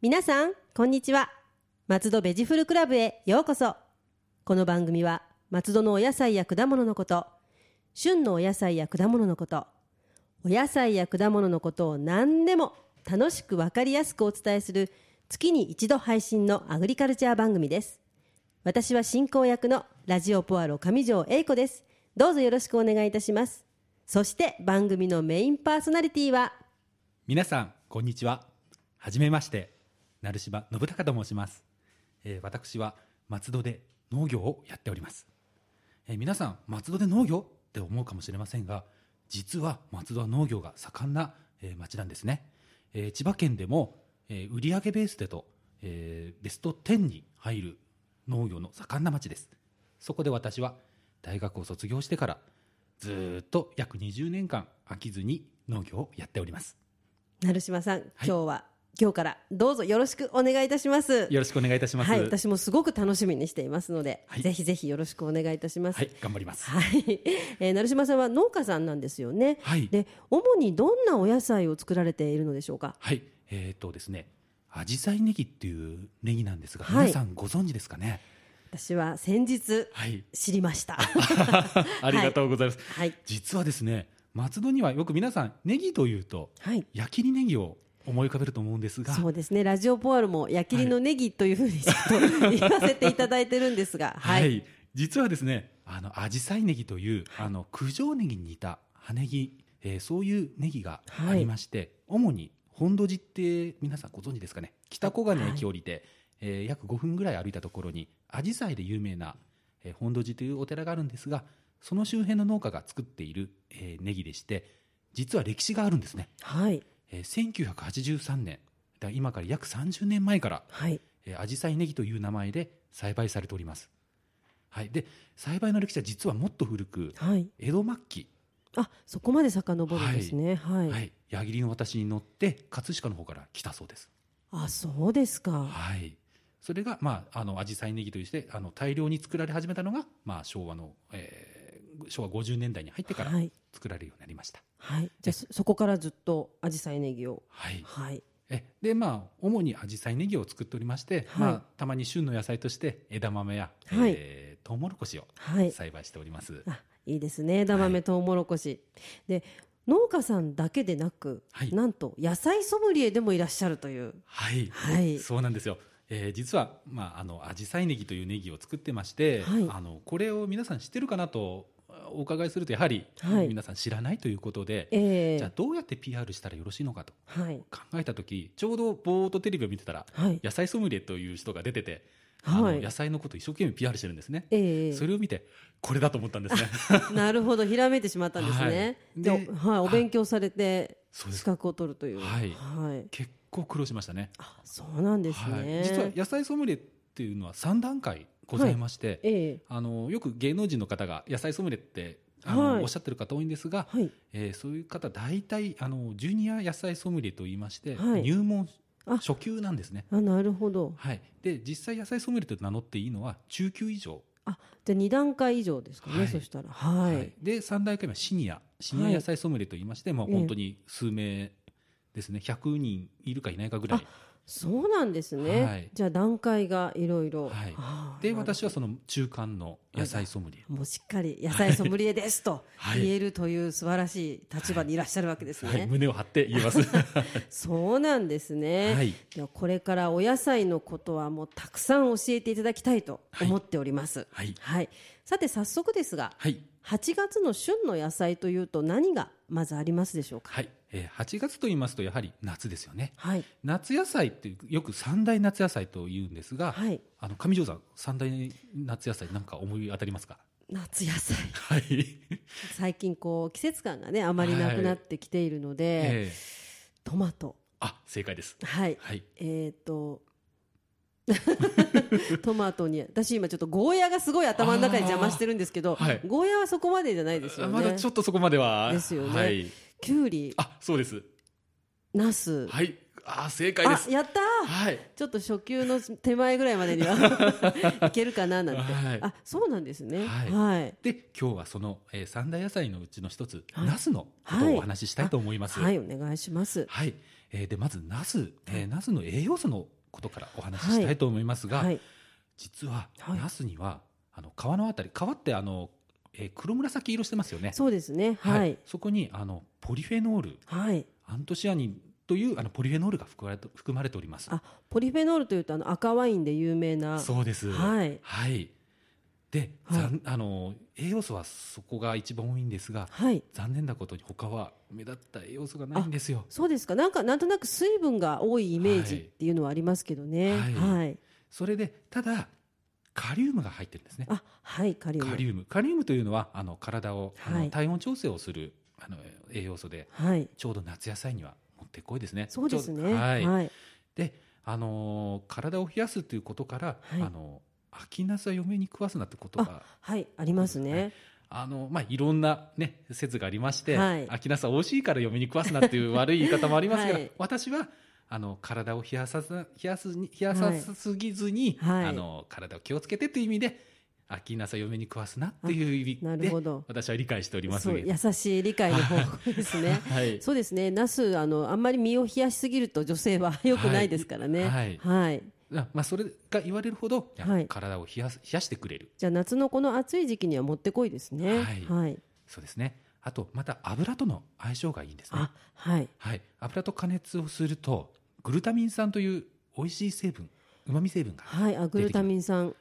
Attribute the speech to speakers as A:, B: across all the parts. A: 皆さんこんにちは松戸ベジフルクラブへようこそこの番組は松戸のお野菜や果物のこと旬のお野菜や果物のことお野菜や果物のことを何でも楽しくわかりやすくお伝えする月に一度配信のアグリカルチャー番組です私は進行役のラジオポアロ上条英子ですどうぞよろしくお願いいたしますそして番組のメインパーソナリティは
B: 皆さんこんにちははじめまして成島信孝と申します、えー私は松戸で農業をやっております、えー皆さん松戸で農業って思うかもしれませんが実は松戸は農業が盛んな、えー町なんですね、えー千葉県でも、えー売上ベースでと、えーベスト10に入る農業の盛んな町ですそこで私は大学を卒業してからずーっと約20年間飽きずに農業をやっております
A: 成島さん、今日は今日からどうぞよろしくお願いいたします
B: よろしくお願いいたします。
A: はい、私もすごく楽しみにしていますので、
B: はい
A: ぜひぜひよろしくお願いいたします。
B: はい頑張ります。
A: はい、 えー、成島さんは農家さんなんですよね。
B: はい
A: で、主にどんなお野菜を作られているのでしょうか。
B: はい、えっ、とですね、紫陽花ネギっていうネギなんですが、
A: はい
B: 皆さんご存知ですかね。
A: 私は先日
B: はい、
A: 知りました。
B: ありがとうございます。
A: はい、
B: 実はですね、松戸にはよく皆さんネギというと
A: はい、
B: 焼きりネギを思い浮かべると思うんですが、
A: そうですね。ラジオポアルも焼きりのネギというふうにちょっ と言わせていただいてるんですが、
B: は、
A: はいい、
B: 実はですね、あの紫陽花ネギという、あの九条ネギに似た葉ネギ、えーそういうネギがありまして、主に本土寺って皆さんご存知ですかね。北小金駅降りて、えー約5分ぐらい歩いたところに紫陽花で有名な、えー本土寺というお寺があるんですが、その周辺の農家が作っている、えーネギでして、実は歴史があるんですね。
A: はい、
B: えー1983年、だから今から約30年前から
A: はい、
B: えー、アジサイネギという名前で栽培されております。はい、で栽培の歴史は実はもっと古く
A: はい。
B: 江戸末期、
A: あ、そこまで遡るんですね。はい。
B: はい、矢切の私に乗って葛飾の方から来たそうです。
A: あ、そうですか。
B: はい、それがまああのアジサイネギとしてあの大量に作られ始めたのがまあ昭和の、えー昭和50年代に入ってから
A: はい。
B: 作られるようになりました。
A: はい、じゃあそそこからずっと紫陽花ネギを、
B: はい、
A: はい、
B: えでまあ主にアジサイネギを作っておりまして、
A: はい
B: まあたまに旬の野菜として枝豆や、
A: はい
B: えー、トウモロコシを
A: はい、
B: 栽培しております。
A: あいいですね枝
B: は
A: 豆
B: い
A: とうもろこし、で農家さんだけでなく、
B: はい
A: なんと野菜ソムリエでもいらっしゃるという
B: はい、
A: はい
B: そうなんですよ。えー実は、まあ、あの、紫陽花ネギというネギを作ってまして、
A: はい
B: あの、これを皆さん知ってるかなと。お伺いすると、やはり、
A: はい
B: 皆さん知らないということで、
A: ええ
B: じゃあ、どうやって PR したらよろしいのかと
A: はい
B: 考えた時ちょうどぼーっとテレビを見てたら。
A: はい
B: 野菜ソムリエという人が出てて、
A: は
B: あの
A: い
B: 野菜のことを一生懸命 PR してるんですね。
A: ええ
B: それを見て、これだと思った んですね。
A: なるほどひらめいてしまったんですね、
B: はい
A: で
B: で
A: はい、お勉強されて
B: そうです
A: 資格を取るという
B: はい
A: はい、
B: 結構苦労しましたね。
A: あそうなんですね、
B: はい、実は野菜ソムリエっていうのは三段階ございまして、
A: ええ
B: あのよく芸能人の方が野菜ソムリエってあの、
A: はい
B: おっしゃってる方多いんですが、
A: はい
B: えーそういう方大体あのジュニア野菜ソムリエと言いまして、
A: はい
B: 入門
A: あ
B: 初級なんですね。
A: あなるほど
B: はい、で実際野菜ソムリエと名乗っていいのは中級以上、
A: あじゃあ2段階以上ですかね、
B: はい
A: そしたらはい、
B: はいで3段階目はシニアシニア野菜ソムリエと言いまして、もう本当に数名ですね100人いるかいないかぐらい
A: そうなんですね。
B: はい
A: じゃあ段階がいろいろ。
B: はい
A: ああ
B: で
A: なる
B: 私はその中間の野菜ソムリエ。
A: もうしっかり野菜ソムリエですと
B: はい
A: 言えるという素晴らしい立場にいらっしゃるわけですね。
B: はい、胸を張って言 えます。
A: そうなんですね。
B: はい
A: ではこれからお野菜のことはもうたくさん教えていただきたいと思っております。
B: はい
A: はい。さて早速ですが、
B: はい
A: 8月の旬の野菜というと何がまずありますでしょうか。
B: はい、えー、8月と言いますとやはり夏ですよね。
A: はい。
B: 夏野菜ってよく三大夏野菜と言うんですが、
A: はい
B: あの上条さん三大夏野菜なんか思い当たりますか。
A: 夏野菜。
B: はい。
A: 最近こう季節感がねあまりなくなってきているので、
B: え
A: トマト。
B: ーあ正解です。
A: はい。
B: はい。
A: えっ、と トマトに私今ちょっとゴーヤがすごい頭の中に邪魔してるんですけど、
B: あーはい
A: ゴーヤはそこまでじゃないですよね
B: まだちょっとそこまでは
A: ですよね
B: はい。
A: きゅうり
B: あそうです。
A: ナス。
C: はいあー正解で
A: あ、
C: す
A: やったー
C: はい
A: ちょっと初級の手前ぐらいまでに はいけるかななんて、
C: はい
A: あそうなんですねは、
C: はいい
A: はい
B: で今日はその、えー三大野菜のうちの一つ、
A: はい
B: ナスのことをお話ししたいと思います。
A: お願いします
B: はい、えーでまずナス、えーナスの栄養素のことからお話ししたいと思いますが、
A: はい
B: 実は
A: はい
B: ナスには、あの皮のあたり皮ってあの、えー黒紫色してますよね。
A: そうですねはい
B: そこにあのポリフェノール
A: はい、
B: アントシアニンというあのポリフェノールが含まれて含まれております。
A: あポリフェノールというとあの赤ワインで有名な
B: そうです。
A: はい
B: はいで、
A: はい
B: 残あの栄養素はそこが一番多いんですが、
A: はい
B: 残念なことに他は目立った栄養素がないんですよ。
A: そうですかなんかなんとなく水分が多いイメージっていうのはありますけどねは、
B: はいいそれでただカリウムが入ってるんですね。
A: あはいカリウム
B: カリウムカリウムというのはあの体を、あ
A: はい
B: の体温調整をするあの栄養素で
A: はい
B: ちょうど夏野菜にはもってこいですね。
A: そうです
B: ちょう
A: ね
B: どはい。
A: はい
B: あのー体を冷やすということから、
A: はい
B: あのー秋ナスは嫁に食わすなってことが
A: はいありますね
B: あのまあ、いろんな、ね、説がありまして、
A: はい
B: 秋ナスは美味しいから嫁に食わすなっていう悪い言い方もありますけど、
A: はい
B: 私はあの体を冷やさず冷やすに冷やさすぎずに、
A: はいはい
B: あの体を気をつけてという意味で秋ナスは嫁に食わすなっていう意
A: な
B: 味
A: る
B: で
A: ほど
B: 私は理解しております
A: そう
B: けど
A: 優しい理解の方法ですね
B: は い
A: そうですね。ナスあのあんまり身を冷やしすぎると女性は良くないですからね。は
B: はいい。まあ、それが言われるほど、や
A: はい
B: 体を冷やす冷やしてくれる
A: じゃあ夏のこの暑い時期にはもってこいですね。は。
B: はいいそうですねあとまた油との相性がいいんですね
A: あ、はい。
B: はい、油と加熱をするとグルタミン酸という美味しい成分うまみ成分が、はい
A: はい。あグルタミン酸。
B: グ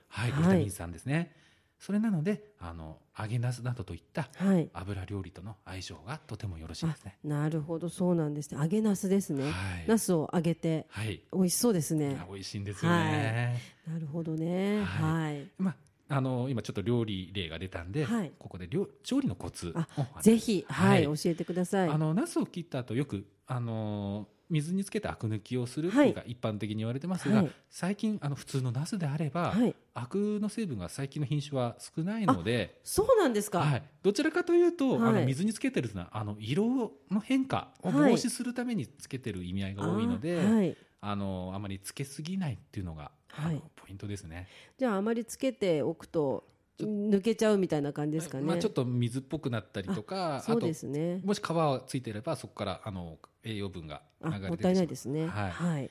B: ルタミン酸ですね、それなのであの揚げなすなどといった
A: はい。
B: 油料理との相性がとてもよろしい
A: あ
B: ですね、
A: なるほどそうなんですね。揚げナスですね。
B: はい
A: ナスを揚げて
B: はい、
A: 美味しそうですね。
B: 美味しいんですよね、
A: なるほどね。は。
B: はいまああの今ちょっと料理例が出たんで、
A: はい
B: ここで料調理のコツをお
A: あ
B: 話し
A: ぜひはい、
B: はい
A: 教えてください。
B: あのナスを切った後よくあの水につけてアク抜きをするというが一般的に言われてますが、
A: はい
B: 最近あの普通のナスであれば、
A: はい。
B: アクの成分が最近の品種は少ないので、
A: そうなんですか。
B: はい、どちらかというと、
A: はい
B: あの水につけてるのはあの色の変化を防止するためにつけてる意味合いが多いので、
A: あはい。
B: あのあまりつけすぎないっていうのが、あ
A: はい
B: のポイントですね。
A: じゃああまりつけておくと
B: ちょ
A: 抜けちゃうみたいな感じですかね。
B: まあ、ちょっと水っぽくなったりとかあ
A: そう
B: と
A: ですね。
B: もし皮がついていればそこからあの栄養分が流
A: あ、
B: れて
A: もったいないですすね。
B: はい
A: はい。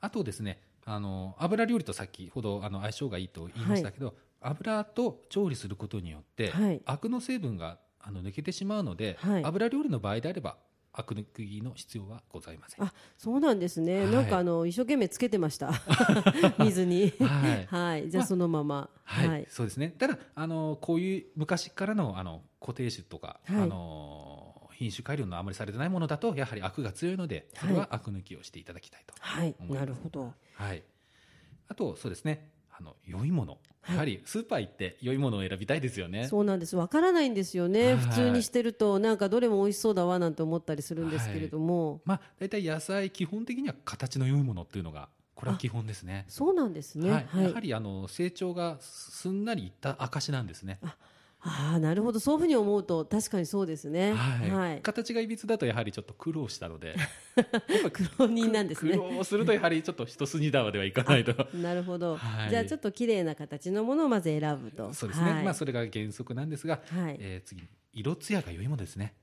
B: あとですねあの油料理と先ほどあの相性がいいと言いましたけど、油と調理することによって、
A: はい
B: アクの成分があの抜けてしまうので、
A: はい
B: 油料理の場合であればアク抜きの必要はございません。
A: あそうなんですね。
B: はい
A: なんかあの一生懸命つけてま した。水に。
B: はい
A: はい。じゃあ
B: まあ
A: そのまま。
B: はい、
A: はい。
B: そうですね。ただあのこういう昔からのあの固定種とか、
A: はい
B: あの品種改良のあまりされてないものだとやはりアクが強いので、それ
A: はい
B: はアク抜きをしていただきたいと。
A: はい。
B: 思います
A: なるほど。
B: はい。あとそうですね。あの良いもの、
A: はい
B: やはりスーパー行って良いものを選びたいですよね。
A: そうなんです。わからないんですよね。
B: はい
A: 普通にしてるとなんかどれも美味しそうだわなんて思ったりするんですけれども、
B: まあ、大体野菜基本的には形の良いものっていうのがこれは基本ですね。
A: そうなんですね。
B: はい、
A: は。
B: やはいりあの成長がすんなりいった証なんですね。
A: ああ、なるほど。そういうふうに思うと確かにそうですね。
B: はい、
A: はい。
B: 形がいびつだとやはりちょっと苦労した ので、
A: 苦労人なんです
B: 苦
A: ね。
B: 労するとやはりちょっと一筋縄ではいかないと。
A: なるほど。
B: はい
A: じゃあちょっと綺麗な形のものをまず選ぶと。
B: そうですね。
A: はい
B: まあそれが原則なんですが、
A: はい。
B: えー次に色艶が良いものですね。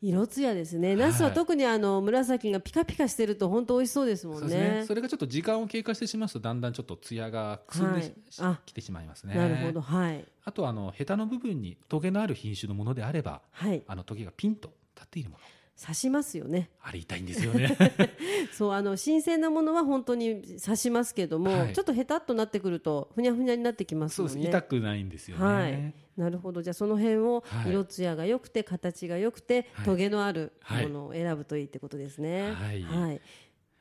A: 色艶ですね。
B: はい
A: ナスは特にあの紫がピカピカしてると本当美味しそうですもん
B: そうです
A: ね
B: ね。。それがちょっと時間を経過してしまうとだんだんちょっと艶がくすんでしき、
A: はいあ
B: てしまいますね。
A: なるほど、。はい
B: あとあのヘタの部分にトゲのある品種のものであれば、
A: はい
B: あのトゲがピンと立っているもの。
A: 刺しますよね。
B: あれ痛いんですよ ね。
A: そうあの新鮮なものは本当に刺しますけども、
B: はい
A: ちょっとヘタっとなってくるとふにゃふにゃになってきます
B: そう
A: も
B: で
A: ん
B: す。
A: ね。
B: 痛くないんですよね。
A: はい。なるほど。じゃあその辺を
B: はい
A: 色艶が良くて形が良くて、
B: はい
A: トゲのある
B: はい
A: ものを選ぶといいってことですね。
B: はい
A: はい。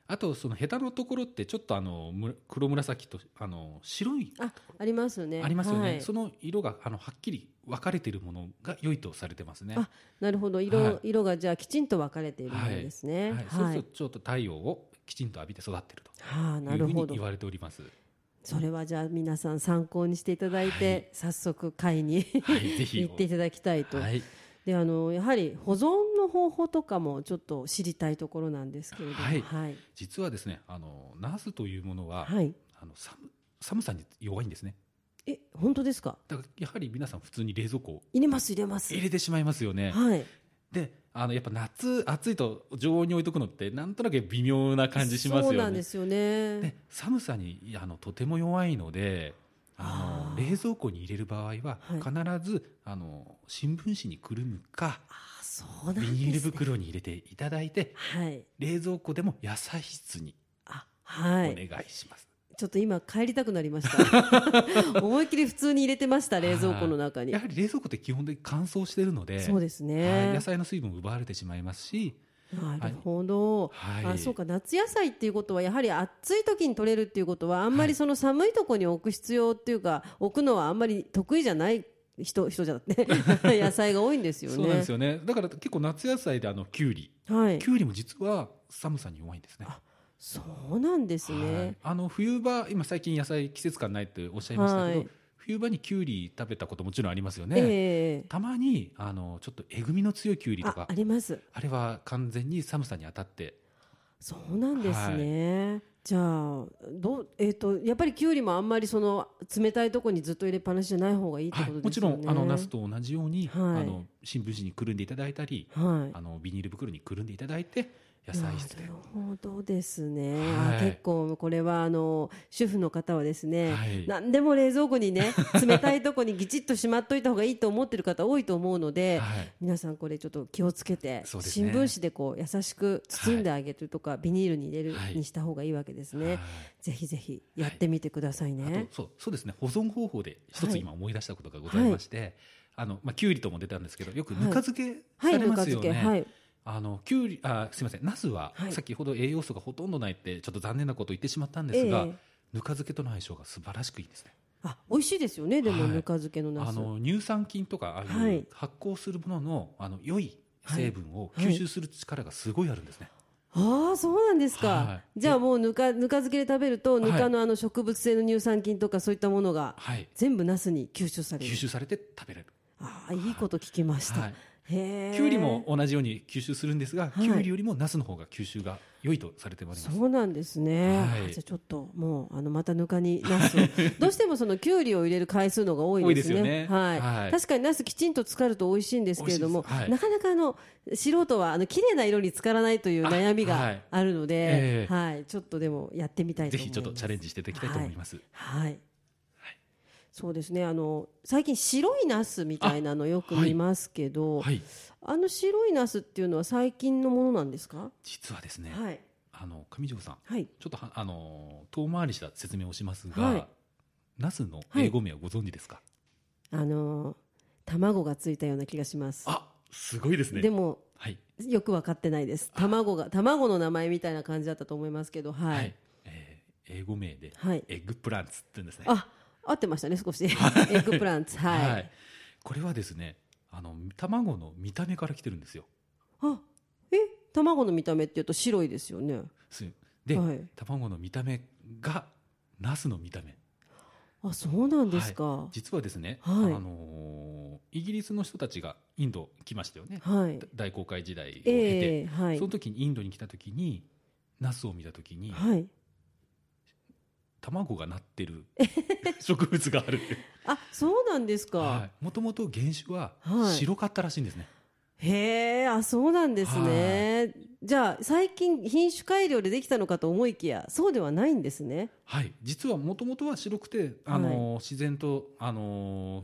B: あとそのヘタのところってちょっとあのむ黒紫とあの白い
A: あ、ありますね。
B: ありますよね。
A: はい
B: その色があのはっきり分かれているものが良いとされてますね。
A: あなるほど。色、
B: はい
A: 色がじゃあきちんと分かれているものですね。
B: はい。そうするとちょっと太陽をきちんと浴びて育っている
A: はあ、
B: と
A: ないる
B: うふう
A: ほ
B: に
A: ど
B: 言。われております。
A: それはじゃあ皆さん参考にしていただいて、
B: はい
A: 早速買いに
B: はい、ぜひ
A: 行っていただきたいと。
B: はい。
A: であのやはり保存のの方法とかもちょっと知りたいところなんですけれども、
B: はい
A: はい、
B: 実はですねあのナスというものは、
A: はい
B: あの寒寒さに弱いんですね
A: え本当ですか
B: だからやはり皆さん普通に冷蔵庫を
A: 入れます入れます
B: 入れてしまいますよね、
A: はい
B: であのやっぱ夏暑いと常温に置いとくのってなんとなく微妙な感じしますよね
A: そうなんですよね
B: で寒さにあのとても弱いのであ
A: あ
B: の
A: ー
B: 冷蔵庫に入れる場合は
A: はい
B: 必ず、あの新聞紙にくるむか
A: あそうなんで
B: ビ
A: す、ね、
B: ニール袋に入れていただいて
A: はい
B: 冷蔵庫でも野菜室に
A: あ
B: お
A: は
B: 願
A: い
B: いします、
A: ちょっと今帰りたくなりました 思いっきり普通に入れてました冷蔵庫の中に
B: やはり冷蔵庫って基本的に乾燥してるので
A: そうです
B: はい
A: ね
B: 野菜の水分を奪われてしまいますし、
A: なるほど、
B: はい、
A: あそうか夏野菜っていうことはやはり暑い時に取れるっていうことはあんま
B: はい
A: りその寒いとこに置く必要っていうか置くのはあんまり得意じゃない人人じゃなく て野菜が多いんですよね。
B: そうなんですよねだから結構夏野菜であのきゅうり
A: はい
B: き、ゅうりも実は寒さに弱いんですね
A: あそうなんです
B: はい
A: ね。
B: あの冬場今最近野菜季節感ないっておっしゃいましたけど、
A: はい
B: 冬場にきゅうり食べたこともちろんありますよね、
A: ええ
B: たまにあのちょっとえぐみの強いきゅうりと
A: あ
B: か
A: あります。
B: あれは完全に寒さに当たって
A: そうなんですね。じゃあどうえっ、とやっぱりきゅうりもあんまりその冷たいとこにずっと入れっぱなしじゃない方がいいって
B: はい
A: こと
B: も
A: で
B: ち
A: すよ
B: ろ
A: ね。
B: んあのナスと同じように、
A: はい
B: あの新聞紙にくるんでいただいたり、
A: はい。
B: あのビニール袋にくるんでいただいて野菜室で
A: なるほどですね、
B: はい
A: あ結構これはあの主婦の方はですね、
B: はい
A: 何でも冷蔵庫に ね冷たいとこにぎちっとしまっといた方がいいと思ってる方多いと思うので、
B: はい
A: 皆さんこれちょっと気をつけて、
B: そうです
A: 新
B: ね
A: 聞紙でこう優しく包んであげるとか、ビニールに入れる
B: はい
A: にした方がいいわけですね、
B: はい
A: ぜひぜひやってみてくださいね、
B: あとそうそうですね保存方法で一
A: は
B: つ
A: い
B: 今思い出したことがございまして、あのまあきゅうりとも出たんですけどよくぬか漬け
A: は
B: さ
A: い
B: れ
A: ぬ
B: ま
A: か
B: すよ
A: 漬
B: ね、
A: けはい
B: あのきゅうりあすみませんナスは
A: はい
B: 先ほど栄養素がほとんどないってちょっと残念なことを言ってしまったんですが、
A: ええ
B: ぬか漬けとの相性が素晴らしくいいですね。
A: あ美味しいですよねでも、
B: はい
A: ぬか漬けの
B: あ
A: なす
B: の乳酸菌とかああ
A: は
B: いう
A: い
B: 発酵するもののあの良い成分を
A: はい
B: 吸収する力がすごいあるんですね。
A: ああそうなんですか、
B: は
A: じゃあもうぬかぬか漬けで食べると
B: はい
A: ぬかのあの植物性の乳酸菌とかそういったものが
B: はい、
A: 全部ナスに吸収される
B: 吸収されて食べられる。
A: ああいいこと聞きました、
B: はい
A: へえ
B: きゅうりも同じように吸収するんですが、
A: はい
B: きゅうりよりもナスの方が吸収が良いとされております。
A: そうなんですね、
B: はい
A: あじゃあちょっともうあのまたぬかにナ スをどうしてもそのきゅうりを入れる回数の方が多いですね
B: 多いですよね
A: はい
B: はい
A: 確かにナスきちんと浸かると美味しいんですけれども、
B: 美味しいですはい
A: なかなかあの素人はあの綺麗な色に浸からないという悩み
B: あは
A: が
B: い
A: あるの
B: え
A: で、
B: え
A: はいちょっとでもやってみたいと
B: ぜ
A: 思います
B: ひちょっとチャレンジしていただきたいと思います。
A: はい。そうですね。あの最近白いナスみたいなのよく
B: あはい
A: 見ますけど、あ,、
B: はい、
A: の白いナスっていうのは最近のものなんですか？
B: 実はですね、
A: はい
B: あの上条さん、
A: はい。
B: ちょっとはあのー遠回りした説明をしますが、
A: はい
B: ナスの英語名をご存知ですか、
A: あの卵がついたような気がします。
B: あすごいですね
A: でも
B: はい、
A: よく分かってないです。卵が卵の名前みたいな感じだったと思いますけど、
B: は
A: はいい
B: えー英語名で
A: はい。
B: エッグプランツって言うんですね
A: あ合ってましたね少 し。エッグプランツはい。
B: はいこれはですねあの卵の見た目から来てるんですよ
A: あえ卵の見た目っていうと白いですよね。
B: すで、
A: はい
B: 卵の見た目がナスの見た目
A: あそうなんですか。
B: 実はですね、
A: はい
B: あのーイギリスの人たちがインド来ましたよね、
A: はい。
B: 大航海時代を経て、
A: ええはい
B: その。時にインドに来た時にナスを見た時に
A: はい。
B: 卵がなってる 植物がある
A: あ、そうなんですか。
B: もともと原種は
A: はい
B: 白かったらしいんですね、
A: へえ、あ、そうなんですね。じゃあ、最近品種改良でできたのかと思いきや、そうではないんですね。
B: はい、実はもともとは白くて、あのー自然と、あのー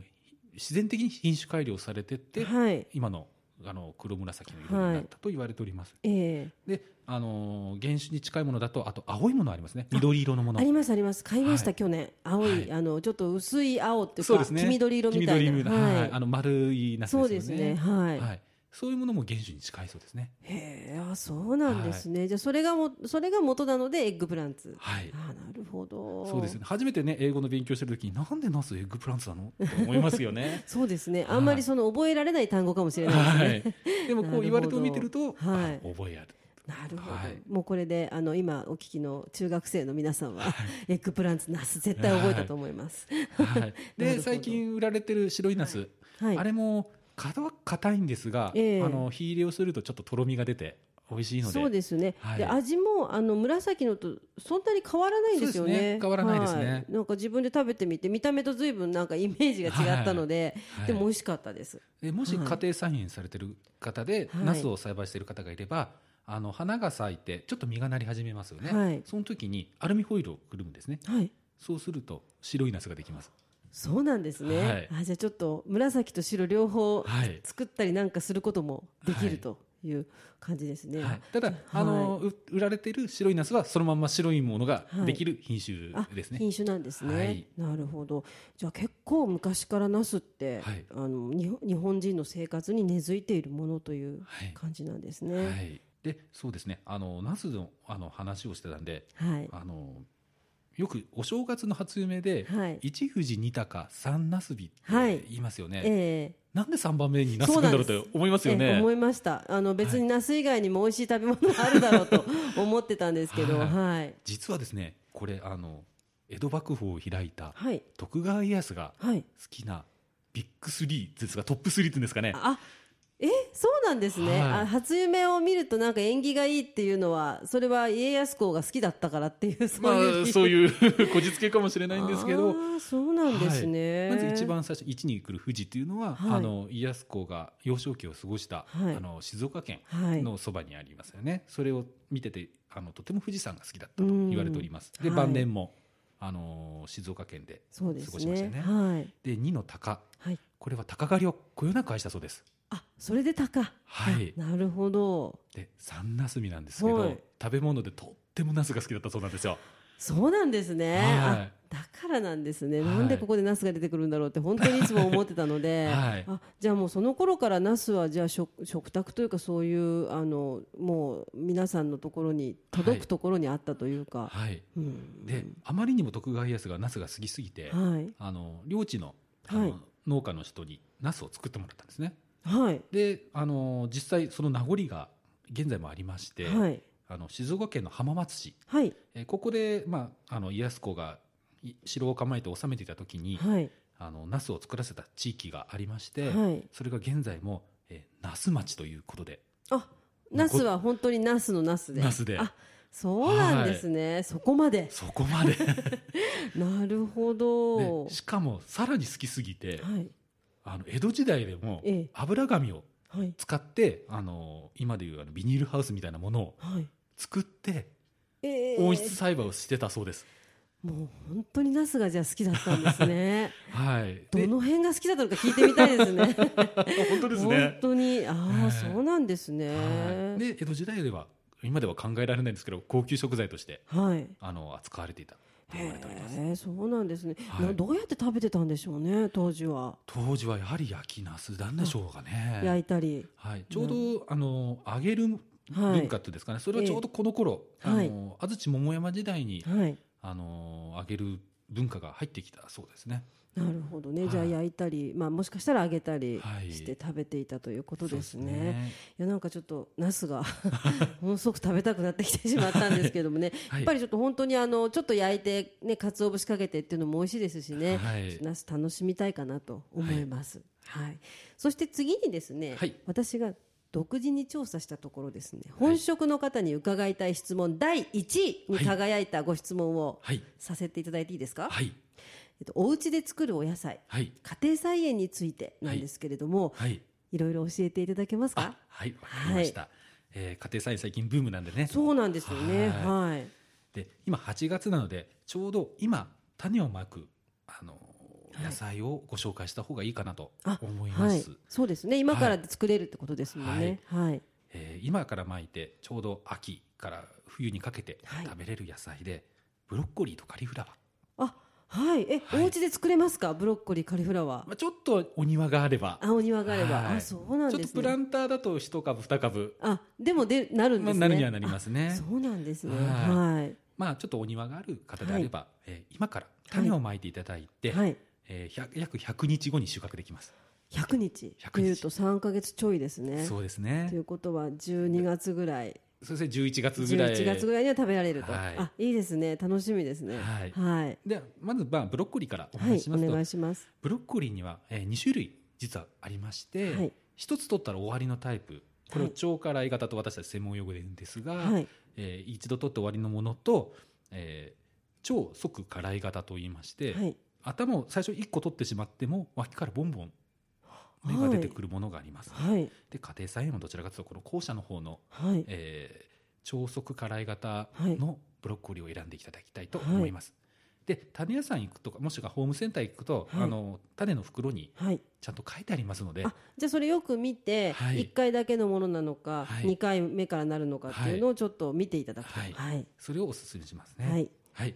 B: 自然的に品種改良されてって、
A: はい。
B: 今のあの黒紫の色になったと言われております、
A: ええ
B: で、あのー原種に近いものだとあと青いものありますね緑色のもの
A: ありますあります。買いました、
B: はい
A: 去年。青い、
B: はい
A: あの、ちょっと薄い青っていう
B: そう
A: か、
B: ですね
A: 黄緑色みたい
B: 黄緑
A: な。
B: 色はい
A: はい。
B: あの丸いナスですよ
A: そうですね。はい。
B: はい、そういうものも原種に近いそうですね。
A: へえ、あ、そうなんですね。じゃあ、それがも、それが元なので、エッグプランツ。
B: はい。
A: あ、なるほど。。
B: そうですよね。初めてね英語の勉強してる時になんでナスエッグプランツなのと思いますよね
A: そうですね。
B: はい
A: あんまりその覚えられない単語かもしれないですね。
B: はい。でもこう言われてみてる
A: なる
B: と、あ覚えある。
A: なるほど、
B: はい
A: もうこれであの今お聞きの中学生の皆さんは、エッグプランツナス絶対覚えたと思います。
B: は い。
A: なる
B: で
A: ほど
B: 最近売られてる白いナス、
A: はい、
B: あれも皮は硬いんですが、
A: ええ
B: あの火入れをするとちょっととろみが出て美味しいので
A: そうですね、
B: はい
A: で味もあの紫のとそんなに変わらないんですよね
B: そうですね変わらないですね
A: はいなんか自分で食べてみて見た目と随分なんかイメージが違ったので、
B: はい
A: でも美味しかったです、
B: でもし
A: はい
B: 家庭菜園されてる方で、
A: はい
B: ナスを栽培してる方がいればあの花が咲いてちょっと実がなり始めますよね、
A: はい
B: その時にアルミホイルをくるむんですね
A: はい、
B: そうすると白いナスができます
A: そうなんですね、あじゃあちょっと紫と白両方
B: はい
A: 作ったりなんかすることもできるという感じですね、
B: はい、ただ、あのう売られてる白いナスはそのまんま白いものができる品
A: あ
B: 種ですね、
A: 品種なんですね、
B: はい
A: なるほどじゃあ結構昔からナスって、
B: はい
A: あの日本日本人の生活に根付いているものという
B: はい
A: 感じなんです
B: はい
A: ね
B: でそうですねあのナスのあの話をしてたんで
A: はい
B: あのよくお正月の初夢で、
A: はい
B: 一富士二鷹三ナスビって
A: はい
B: 言いますよね、
A: ええ
B: なんで3番目にナスくんだろう
A: そうなんで
B: と思いますよ
A: ええ
B: ね
A: 思いましたあの別にナス以外にも美味しい食べ物があるだろうと思ってたんですけど
B: は
A: はいいはい
B: 実はですねこれあの江戸幕府を開いた
A: はい、
B: 徳川家康が好きなビッグスリーですがトップスリーって言うんですかね
A: あえそうなんですね、
B: はい
A: あ初夢を見るとなんか縁起がいいっていうのはそれは家康公が好きだったからっていうそう
B: まあ
A: いう,、
B: そういう こじつけかもしれないんですけど
A: ああそうなんですね、
B: まず一番最初1に来る富士っていうのは、
A: はい
B: あの家康公が幼少期を過ごした、
A: はい
B: あの静岡県
A: はい
B: のそばにありますよね、それを見ててあのとても富士山が好きだったと
A: うん
B: 言われております、で
A: はい
B: 晩年も、あの静岡県で過
A: そ
B: ご
A: うで
B: しました
A: す
B: よ
A: ね
B: ね
A: はい
B: で2の鷹
A: はい
B: これは鷹狩りをこよなく愛したそうです
A: あそれで鷹
B: はい
A: あなるほど
B: で三ナスビなんですけど、
A: はい
B: 食べ物でとってもナスが好きだったそうなんですよ
A: そうなんですね、
B: はい
A: あだからなんですね、
B: はい
A: なんでここでナスが出てくるんだろうって本当にいつも思ってたので、
B: はい
A: あじゃあもうその頃からナスはじゃあ食食卓というかそういうあのもう皆さんのところに届くところにあったというか、
B: はい
A: うん
B: であまりにも徳川家康がナスが好きすぎて、
A: はい
B: あの領地のあ
A: はい
B: の農家の人にナスを作ってもらったんですね
A: はい
B: であの実際その名残が現在もありまして、
A: はい
B: あの静岡県の浜松市
A: はい
B: えーここで、まあ、あの家康公がい城を構えて治めていた時に、
A: はい
B: あのナスを作らせた地域がありまして、
A: はい
B: それが現在も、えー、ナス町ということで
A: あナスは本当にナスのナスで
B: ナスで
A: あそうなんですね、そこまで
B: そこ まで
A: なるほど、
B: でしかもさらに好きすぎて
A: はい
B: あの江戸時代でも
A: ええ
B: 油紙を
A: はい
B: 使ってあの今でいうあのビニールハウスみたいなものを
A: はい
B: 作って
A: えー
B: 温室栽培をしてたそうです。
A: もう本当にナスがじゃあ好きだったんですね。
B: はい、
A: ど
B: で
A: の辺が好きだったのか聞いてみたいですね。
B: 本当です
A: 本
B: ね。
A: 当に、ああ、
B: ええ
A: そうなんですね。
B: はい、で江戸時代では今では考えられないんですけど高級食材として
A: はい。
B: あの扱われていたと言われております。
A: へえ、そうなんですね、
B: はい
A: などうやって食べてたんでしょうね、当時は。
B: 当時はやはり焼きナスなんでしょうか
A: 焼
B: ね。
A: いたり。
B: はい、ちょうど、あの揚げる
A: は
B: 文
A: い
B: 化。っていうんですかね、それはちょうどこの頃、
A: はい
B: あの安土桃山時代に、
A: はい。
B: あの揚げる文化が入ってきたそうですね。
A: なるほどね、じゃあ
B: はい
A: 焼いたり、まあ、もしかしたら揚げたり
B: はい
A: して食べていたということですね。
B: そ
A: い、や、
B: う
A: なんかちょっと、ナスが ものすごく食べたくなってきてしまったんですけどもね。
B: は
A: やっ
B: い
A: ぱりちょっと本当にあのちょっと焼いてね鰹節かけてっていうのも美味しいですしね、
B: はい
A: ナス楽しみたいかなと思います。はい、そして次にですね、
B: はい
A: 私が独自に調査したところですね、本職の方に伺いたい質問第1位に輝いたご質問を
B: はい、
A: させていただいていいですか。
B: はい、
A: えっとお家で作るお野菜、
B: はい、
A: 家庭菜園についてなんですけれども、
B: はい、
A: い、ろいろ教えていただけます
B: あ
A: か。
B: はい、わかりました。えー家庭菜園最近ブームなんでね。
A: そうなんですよね。
B: は
A: はい。
B: で、今8月なので、ちょうど今種をまくあのー
A: はい
B: 野菜をご紹介した方がいいかなと
A: あ
B: 思いま
A: はい
B: す。。
A: そうですね。今から作れるってことですもんね。はい
B: えー今から巻いてちょうど秋から冬にかけて
A: はい
B: 食べれる野菜で、ブロッコリーとカリフラワー。
A: あ、はい。え、
B: はい
A: お家で作れますかブロッコリー、カリフラワー。
B: まあ、ちょっとお庭があれば、
A: あ、お庭があれば。
B: はい
A: あ、そうなん
B: ちょ
A: で
B: っと
A: す
B: プラ
A: ね。
B: ンターだと一株二株、
A: あ、でもで、なるん
B: ま
A: です
B: あ、
A: ね。
B: なるにはなります
A: あ。
B: ね。
A: そうなんですね。
B: は
A: は
B: まあ、ちょっとお庭がある方であれば、えー今から種をまいていただい
A: い。
B: て、
A: はい。
B: えー100約100日後に収穫できます。
A: 100日
B: 100日
A: というと3ヶ月ちょいですね。
B: そうです
A: とい
B: ね。
A: うことは12月ぐらい、
B: そして11月ぐらい。
A: 11月ぐらいには食べられると。
B: はい
A: あ、いいですね。楽しみですね。
B: はい
A: はい。
B: でまず、まあ、ブロッコリーからお
A: はい
B: 話しし
A: お
B: ますと、
A: 願いします。
B: ブロッコリーには、えー、2種類実はありまして、
A: はい
B: 一つ取ったら終わりのタイプこれを
A: はい
B: 腸から A 型と私たち専門用語で言うんですが、
A: はい
B: えー一度取って終わりのものと、えー腸即から A 型と言いまして、
A: はい
B: 頭を最初1個取ってしまっても脇からボンボン芽が出てくるものがあります、
A: はい
B: で家庭菜園もどちらかというとこの後者の方の、
A: はい
B: えー、超速からい型
A: はい
B: のブロッコリーを選んでいただきたいと思います、で種屋さん行くとかもしくはホームセンター行くと、
A: はい
B: あの種の袋に
A: はい
B: ちゃんと書いてありますので
A: あじゃあそれよく見て
B: はい
A: 一回だけのものなのか
B: はい
A: 二回目からなるのかっていうのをちょっと見ていただくと
B: はい
A: はい
B: それをおすすめしますね
A: はい
B: はい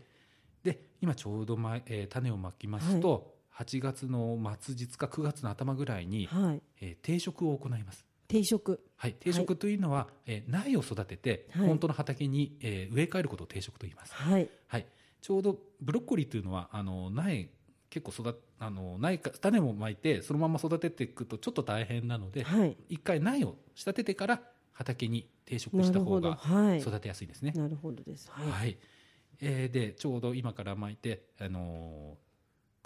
B: で今ちょうど前、えー種をまきますと、8月の末日か9月の頭ぐらいに、
A: はい
B: えー定食を行います
A: 定食
B: はい、定食というのは、えー苗を育てて、
A: はい
B: 本当の畑に、えー植え替えることを定食と言います、
A: はい
B: はい、ちょうどブロッコリーというのはあの苗結構育っあの苗か種もまいてそのまま育てていくとちょっと大変なので、
A: はい
B: 一回苗を仕立ててから畑に定食
A: な
B: した
A: る
B: 方
A: ほど
B: が
A: はい
B: 育てやすいですね、
A: なるほどですは
B: はいいえーでちょうど今からまいて、あのー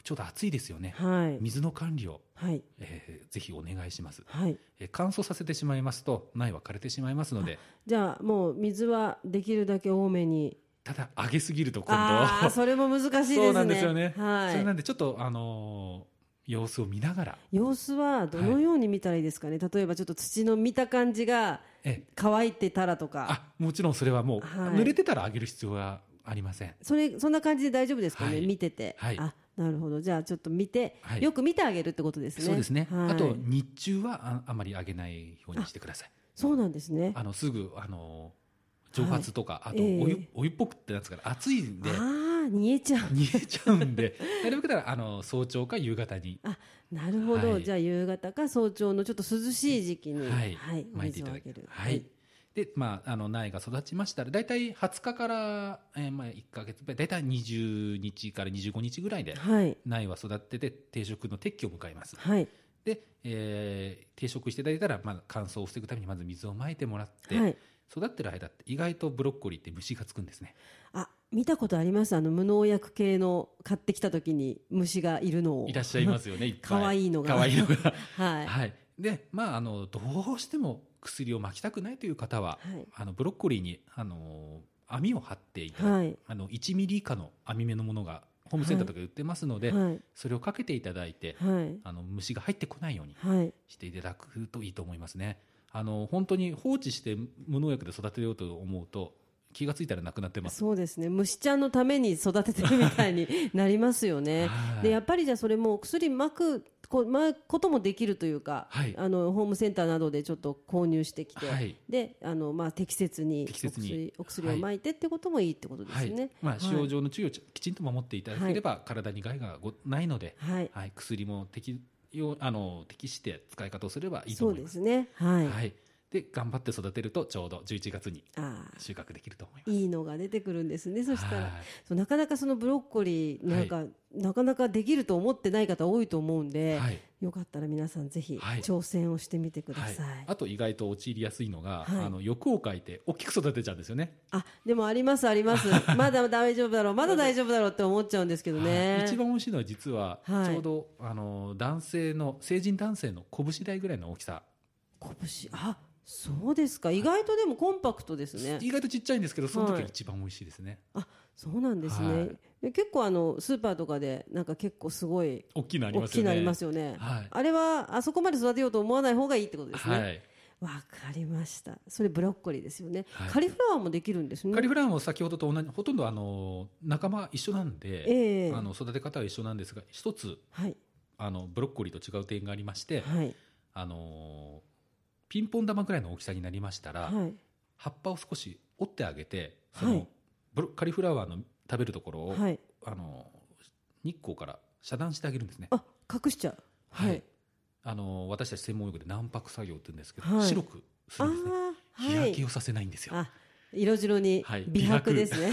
B: ちょうど暑いですよね、
A: はい
B: 水の管理を、
A: はい
B: えーぜひお願いします
A: はい
B: えー乾燥させてしまいますと苗は枯れてしまいますので
A: じゃあもう水はできるだけ多めに
B: ただ上げすぎると今
A: ああ
B: 度
A: ーそれも難しいですね
B: そうなんですよね、それな
A: は
B: んでちょっとあのー様子を見ながら
A: い様子はどのように見たらいいですかね例えばちょっと土の見た感じが
B: え
A: 乾いてたらとか
B: あもちろんそれはもう、
A: はい
B: 濡れてたら上げる必要はありません
A: それそんな感じで大丈夫ですかね、
B: はい
A: 見てて、
B: はい
A: あなるほどじゃあちょっと見て、
B: はい
A: よく見てあげるってことですね
B: そうですね、
A: はい
B: あと日中はああまり上げないようにしてください
A: そうなんですね
B: あのすぐあのー蒸発とか、
A: い
B: あとお湯、
A: ええ
B: お湯っぽくってなんですから暑いん
A: あ
B: で
A: あ煮えちゃう
B: 逃げちゃうんで なるべくならあの早朝か夕方に
A: なるほど、
B: はい
A: じゃあ夕方か早朝のちょっと涼しい時期に
B: はい、
A: お
B: 巻いて
A: 水
B: い
A: を
B: た
A: あ
B: だ
A: げ
B: ける
A: る。
B: はい。で、まあ、あの、苗が育ちましたら、だいたい20日から、えーまあ、1ヶ月、だいたい20日から25日ぐらいで、
A: はい
B: 苗は育ってて、定食の撤去を迎えます。
A: はい
B: で、えー定食していただいたら、まあ、乾燥を防ぐために、まず水をまいてもらって、
A: はい
B: 育ってる間って、意外とブロッコリーって虫がつくんですね。
A: あ見たことありますあの無農薬系の買ってきた時に虫がいるのを
B: いらっしゃいますよね、いっぱい。
A: 可愛いのが
B: 可愛いのが。
A: はいは
B: はい。で、まあ、あの、どうしても薬を巻きたくないという方は、
A: い
B: あのブロッコリーにあの網を張っていただい
A: は
B: て、
A: い
B: あの1ミリ以下の網目のものがホームセンターとかで売ってますので、
A: はい
B: それをかけていただいて、
A: はい
B: あの虫が入ってこないように
A: はい
B: していただくといいと思いますね。あの本当に放置して無農薬で育てようと思うと気がついたらなくなってます。
A: そうですね虫ちゃんのために育ててるみたいに なりますよね
B: はい
A: でやっぱりじゃあそれも薬まくこまくこともできるというか、
B: はい
A: あのホームセンターなどでちょっと購入してきて、
B: はい
A: であのまあ適切に
B: 適切
A: お
B: に
A: 薬お薬をまいてってこともいいってことで
B: は
A: す
B: い
A: ね。
B: ま
A: は
B: あ、
A: い
B: 使用上の注意をちきちんと守っていただければ、体に害がごないので、
A: はい、
B: はい、薬も適用あの適して使い方をすればいいと
A: そ
B: 思
A: う
B: い
A: で
B: ます。
A: すね。はい。
B: はい、で頑張って育てるとちょうど11月に
A: ああ、
B: 収穫できると思います。
A: いいのが出てくるんですね。そしたら、
B: はい
A: そうなかなかそのブロッコリーなんか、なかなかできると思ってない方多いと思うんで、
B: はい
A: よかったら皆さんぜひ
B: はい
A: 挑戦をしてみてくだ
B: はい
A: さい。
B: あと意外と陥りやすいのが、
A: はい
B: あの欲を書いて大きく育てちゃうんですよね。
A: あ、でもありますあり ます。まだ大丈夫だろう、まだ大丈夫だろうって思っちゃうんですけど
B: は
A: ね
B: い。一番美味しいのは実は、
A: はい
B: ちょうどあの男性の成人男性の拳代ぐらいの大きさ、
A: 拳、あ、そうですか。意外とでもコンパクトですね。
B: 意外とちっちゃいんですけどその時が
A: はい
B: 一番美味しいですね。
A: そうなんですね。
B: はい
A: で結構あのスーパーとかでなんか結構すごい
B: 大きいのあり
A: 大
B: ます
A: き
B: よ
A: い
B: ね。
A: のありますよね。
B: はい
A: あれはあそこまで育てようと思わない方がいいってことですね。
B: はい。
A: わかりました。それブロッコリーですよね。
B: はい
A: カリフラワーもできるんですね。
B: カリフラワーも先ほどと同じほとんどあの仲間一緒なんで、
A: ええ
B: あの育て方は一緒なんですが一つ
A: はい
B: あのブロッコリーと違う点がありまして、
A: はい
B: あのピンポン玉ぐらいの大きさになりましたら、
A: はい
B: 葉っぱを少し折ってあげて、
A: はい
B: そのブロカリフラワーの食べるところを、
A: はい。
B: あの日光から遮断してあげるんですね。
A: あ隠しちゃう。はい。
B: あの私たち専門用語で軟白作業って言うんですけど、
A: はい
B: 白くす
A: あ
B: るんですね。
A: あー
B: 日
A: は
B: 焼け
A: い。
B: をさせないんですよ。
A: あ色白に
B: はい
A: 美白ですね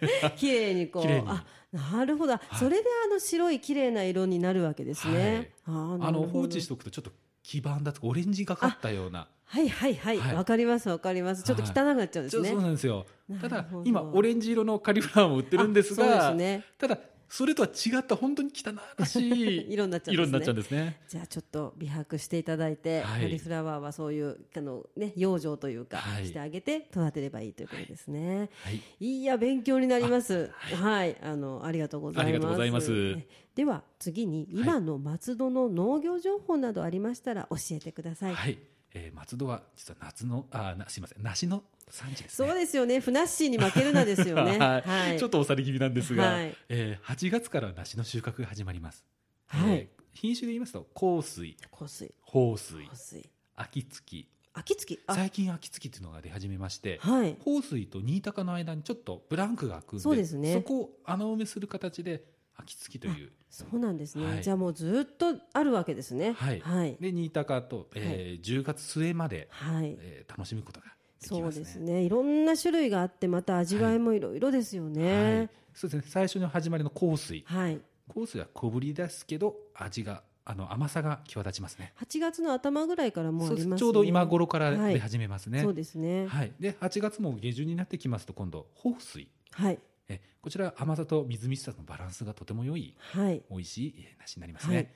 B: 美白。
A: 綺麗にこう
B: 綺麗に
A: あなるほど。
B: い
A: それであの白い綺麗な色になるわけですね。あーな
B: あ
A: るほど
B: の放置しておくとちょっと黄ばんだとかオレンジがかったような、
A: はいはいはいわ、
B: はい
A: かりますわかりますちょっと汚くなっちゃうんで
B: ち
A: す
B: ょっ
A: ね
B: とそうなんですよ。
A: な
B: ただ
A: るほど
B: 今オレンジ色のカリフラワーも売ってるんです
A: あ
B: が、
A: そうですね
B: ただそれとは違った本当に汚ら しい
A: 色になっちゃうんですね
B: 色になっちゃうんですね。
A: じゃあちょっと美白していただいて、
B: はい
A: カリフラワーはそういうあの、ね、養生というか、
B: はい
A: してあげて育てればいいということですね。
B: はい、
A: いや勉強になります。はい、あのありがとうございます。
B: ありがとうございます
A: えでは次に今の松戸の農業情報などありましたら教えてください。
B: はいえー松戸は実は夏のあーなすいません梨の産地ですね。
A: そうですよね。ふなっしーに負けるなですよね。
B: はい
A: はい。
B: ちょっと押され気味なんですが、
A: はい
B: えー8月から梨の収穫が始まります。
A: はい
B: えー品種で言いますと香水、
A: 香水、
B: 豊水
A: 香、水、
B: 秋月。
A: 秋月、あ、
B: 最近秋月っていうのが出始めまして、
A: はい。
B: 香水と新高の間にちょっとブランクが空くんで
A: そうですね
B: そこを穴埋めする形で秋月という
A: そうなんですね。
B: はい
A: じゃあもうずっとあるわけですね。
B: はい
A: はい。
B: で新高と、えー10月末まで、
A: はい
B: えー楽しむことができ
A: そ
B: ま
A: う
B: すね。
A: ですね。いろんな種類があって、また味わいもいろいろですよ
B: はい
A: ね。、
B: そうですね最初の始まりの香水
A: はい。
B: 香水は小ぶりですけど味があの甘さが際立ちますね
A: 8月の頭ぐらいからもうあ
B: そうで
A: り
B: す
A: ますね。
B: ちょうど今頃から
A: はい
B: 出始めますね、
A: そ
B: は
A: う
B: い
A: ですね。
B: で8月も下旬になってきますと今度豊水
A: はい。
B: えこちらは甘さとみずみずしさのバランスがとても良い
A: はい。
B: 美味しいえー梨になりますね、
A: はい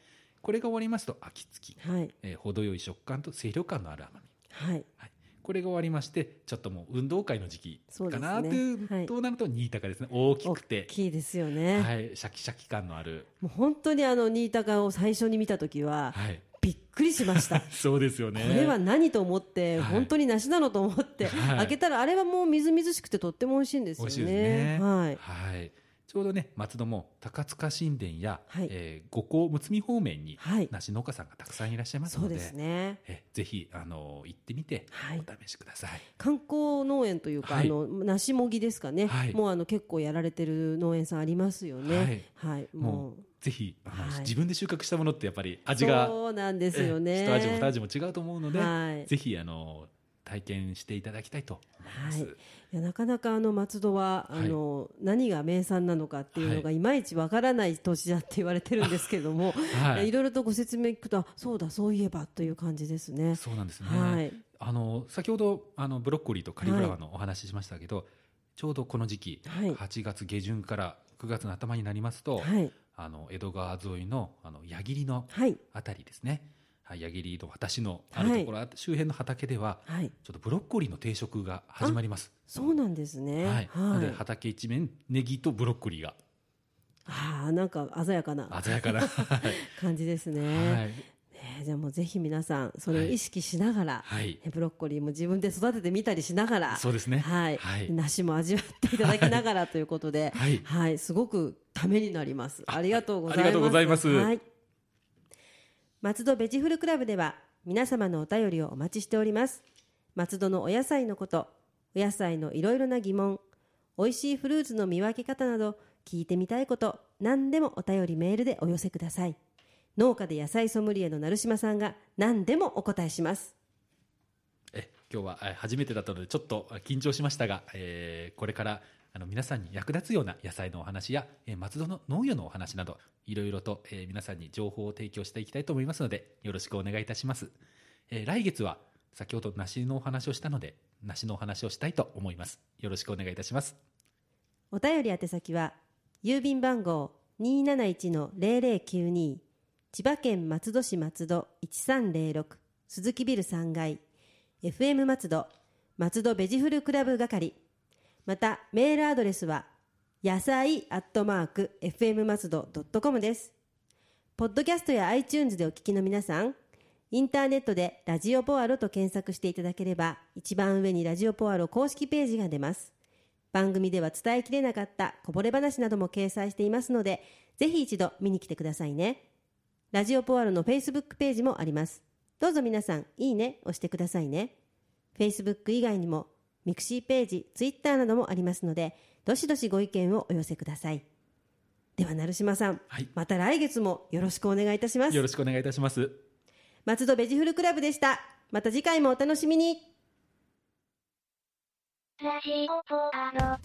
B: これが終わりますと秋月、
A: はい。
B: えー程よい食感と清涼感のある甘み
A: はい。
B: これが終わりましてちょっともう運動会の時期
A: そうで
B: か
A: すね
B: なという
A: はい
B: となると新高ですね大き
A: 大
B: くて、
A: きいですよね。
B: はい、シャキシャキ感のある、
A: もう本当にあの新高を最初に見た時は
B: はい、
A: びっくりしました。
B: そうですよね
A: これは何と思って、
B: はい
A: 本当に梨なのと思って、
B: はい
A: 開けたらあれはもうみずみずしくてとっても美味しいんです
B: 美
A: よ
B: 味
A: ね。
B: しいですね
A: はい。
B: はいちょうどね松戸も高塚神殿や、
A: はい
B: えー五香睦美方面に
A: はい。
B: 梨農家さんがたくさんいらっしゃいます
A: そ
B: の
A: う
B: で
A: ですね。
B: えぜひあの行ってみて
A: はい
B: お試しください、
A: 観光農園というか、
B: はい
A: あの梨もぎですかね、
B: はい
A: もうあの結構やられてる農園さんありますよね。はい、
B: も
A: も
B: うぜひあの、
A: はい
B: 自分で収穫したものってやっぱり
A: う
B: 味が
A: そうなんですよね。
B: えー一味も二味も違うと思うので、
A: はい
B: ぜひあの体験していただきたいと思います。
A: はいいやなかなかあの松戸はあ
B: はい
A: の、何が名産なのかっていうのがいまいちわからない土地だって言われてるんですけども、
B: はい
A: いやいろいろとご説明聞くとあそうだそういえばという感じですね。
B: そうなんですね。
A: はい、
B: あの先ほどあのブロッコリーとカリフラワーのお話ししましたけど、ちょうどこの時期、
A: はい
B: 8月下旬から9月の頭になりますと、
A: はい、
B: あの江戸川沿いのあの矢切の
A: はい、
B: あたりですね。はい、矢切の私のあるところ、あと周辺の畑では
A: はい、
B: ちょっとブロッコリーの定食が始まります。
A: そうなんですね。
B: はい。なので
A: あ
B: 畑一面ネギとブロッコリーが
A: あー、なんか鮮やかな
B: 鮮や かな。はい
A: 感じですね。
B: はい。
A: ねじゃあもうぜひ皆さんそれを意識しながら、
B: はい。
A: ねブロッコリーも自分で育ててみたりしながら、
B: そうですね。
A: はい、
B: はい。
A: 梨も味わっていただきながらということで、
B: はい
A: はい、すごくためになります。
B: あ
A: ありがとうございます。
B: ありがとうございます
A: はい。松戸ベジフルクラブでは皆様のお便りをお待ちしております。松戸のお野菜のこと、お野菜のいろいろな疑問、美味しいフルーツの見分け方など聞いてみたいこと、何でもお便りメールでお寄せください。農家で野菜ソムリエの成島さんが何でもお答えします。
B: え今日はえ初めてだったのでちょっと緊張しましたが、えーこれからあの皆さんに役立つような野菜のお話や、えー松戸の農業のお話などいろいろと、えー皆さんに情報を提供していきたいと思いますのでよろしくお願いいたします、えー来月は先ほど梨のお話をしたので梨のお話をしたいと思いますよろしくお願いいたします
A: お便り宛先は郵便番号271-0092千葉県松戸市松戸1306鈴木ビル3階 FM 松戸松戸ベジフルクラブ係またメールアドレスは野菜アットマーク FM 松戸ドットコムですポッドキャストや iTunes でお聞きの皆さんインターネットでラジオポアロと検索していただければ一番上にラジオポアロ公式ページが出ます番組では伝えきれなかったこぼれ話なども掲載していますので、ぜひ一度見に来てくださいね。ラジオポアロの Facebook ページもあります。どうぞ皆さん、いいねをしてくださいね。Facebook 以外にも、ミクシーページ、Twitter などもありますので、どしどしご意見をお寄せください。では、成島さん、
B: はい
A: また来月もよろしくお願いいたしま
B: よ
A: す。
B: ろしくお願いいたします
A: 松戸ベジフルクラブでした。また次回もお楽しみに。
C: ラジオポアロ。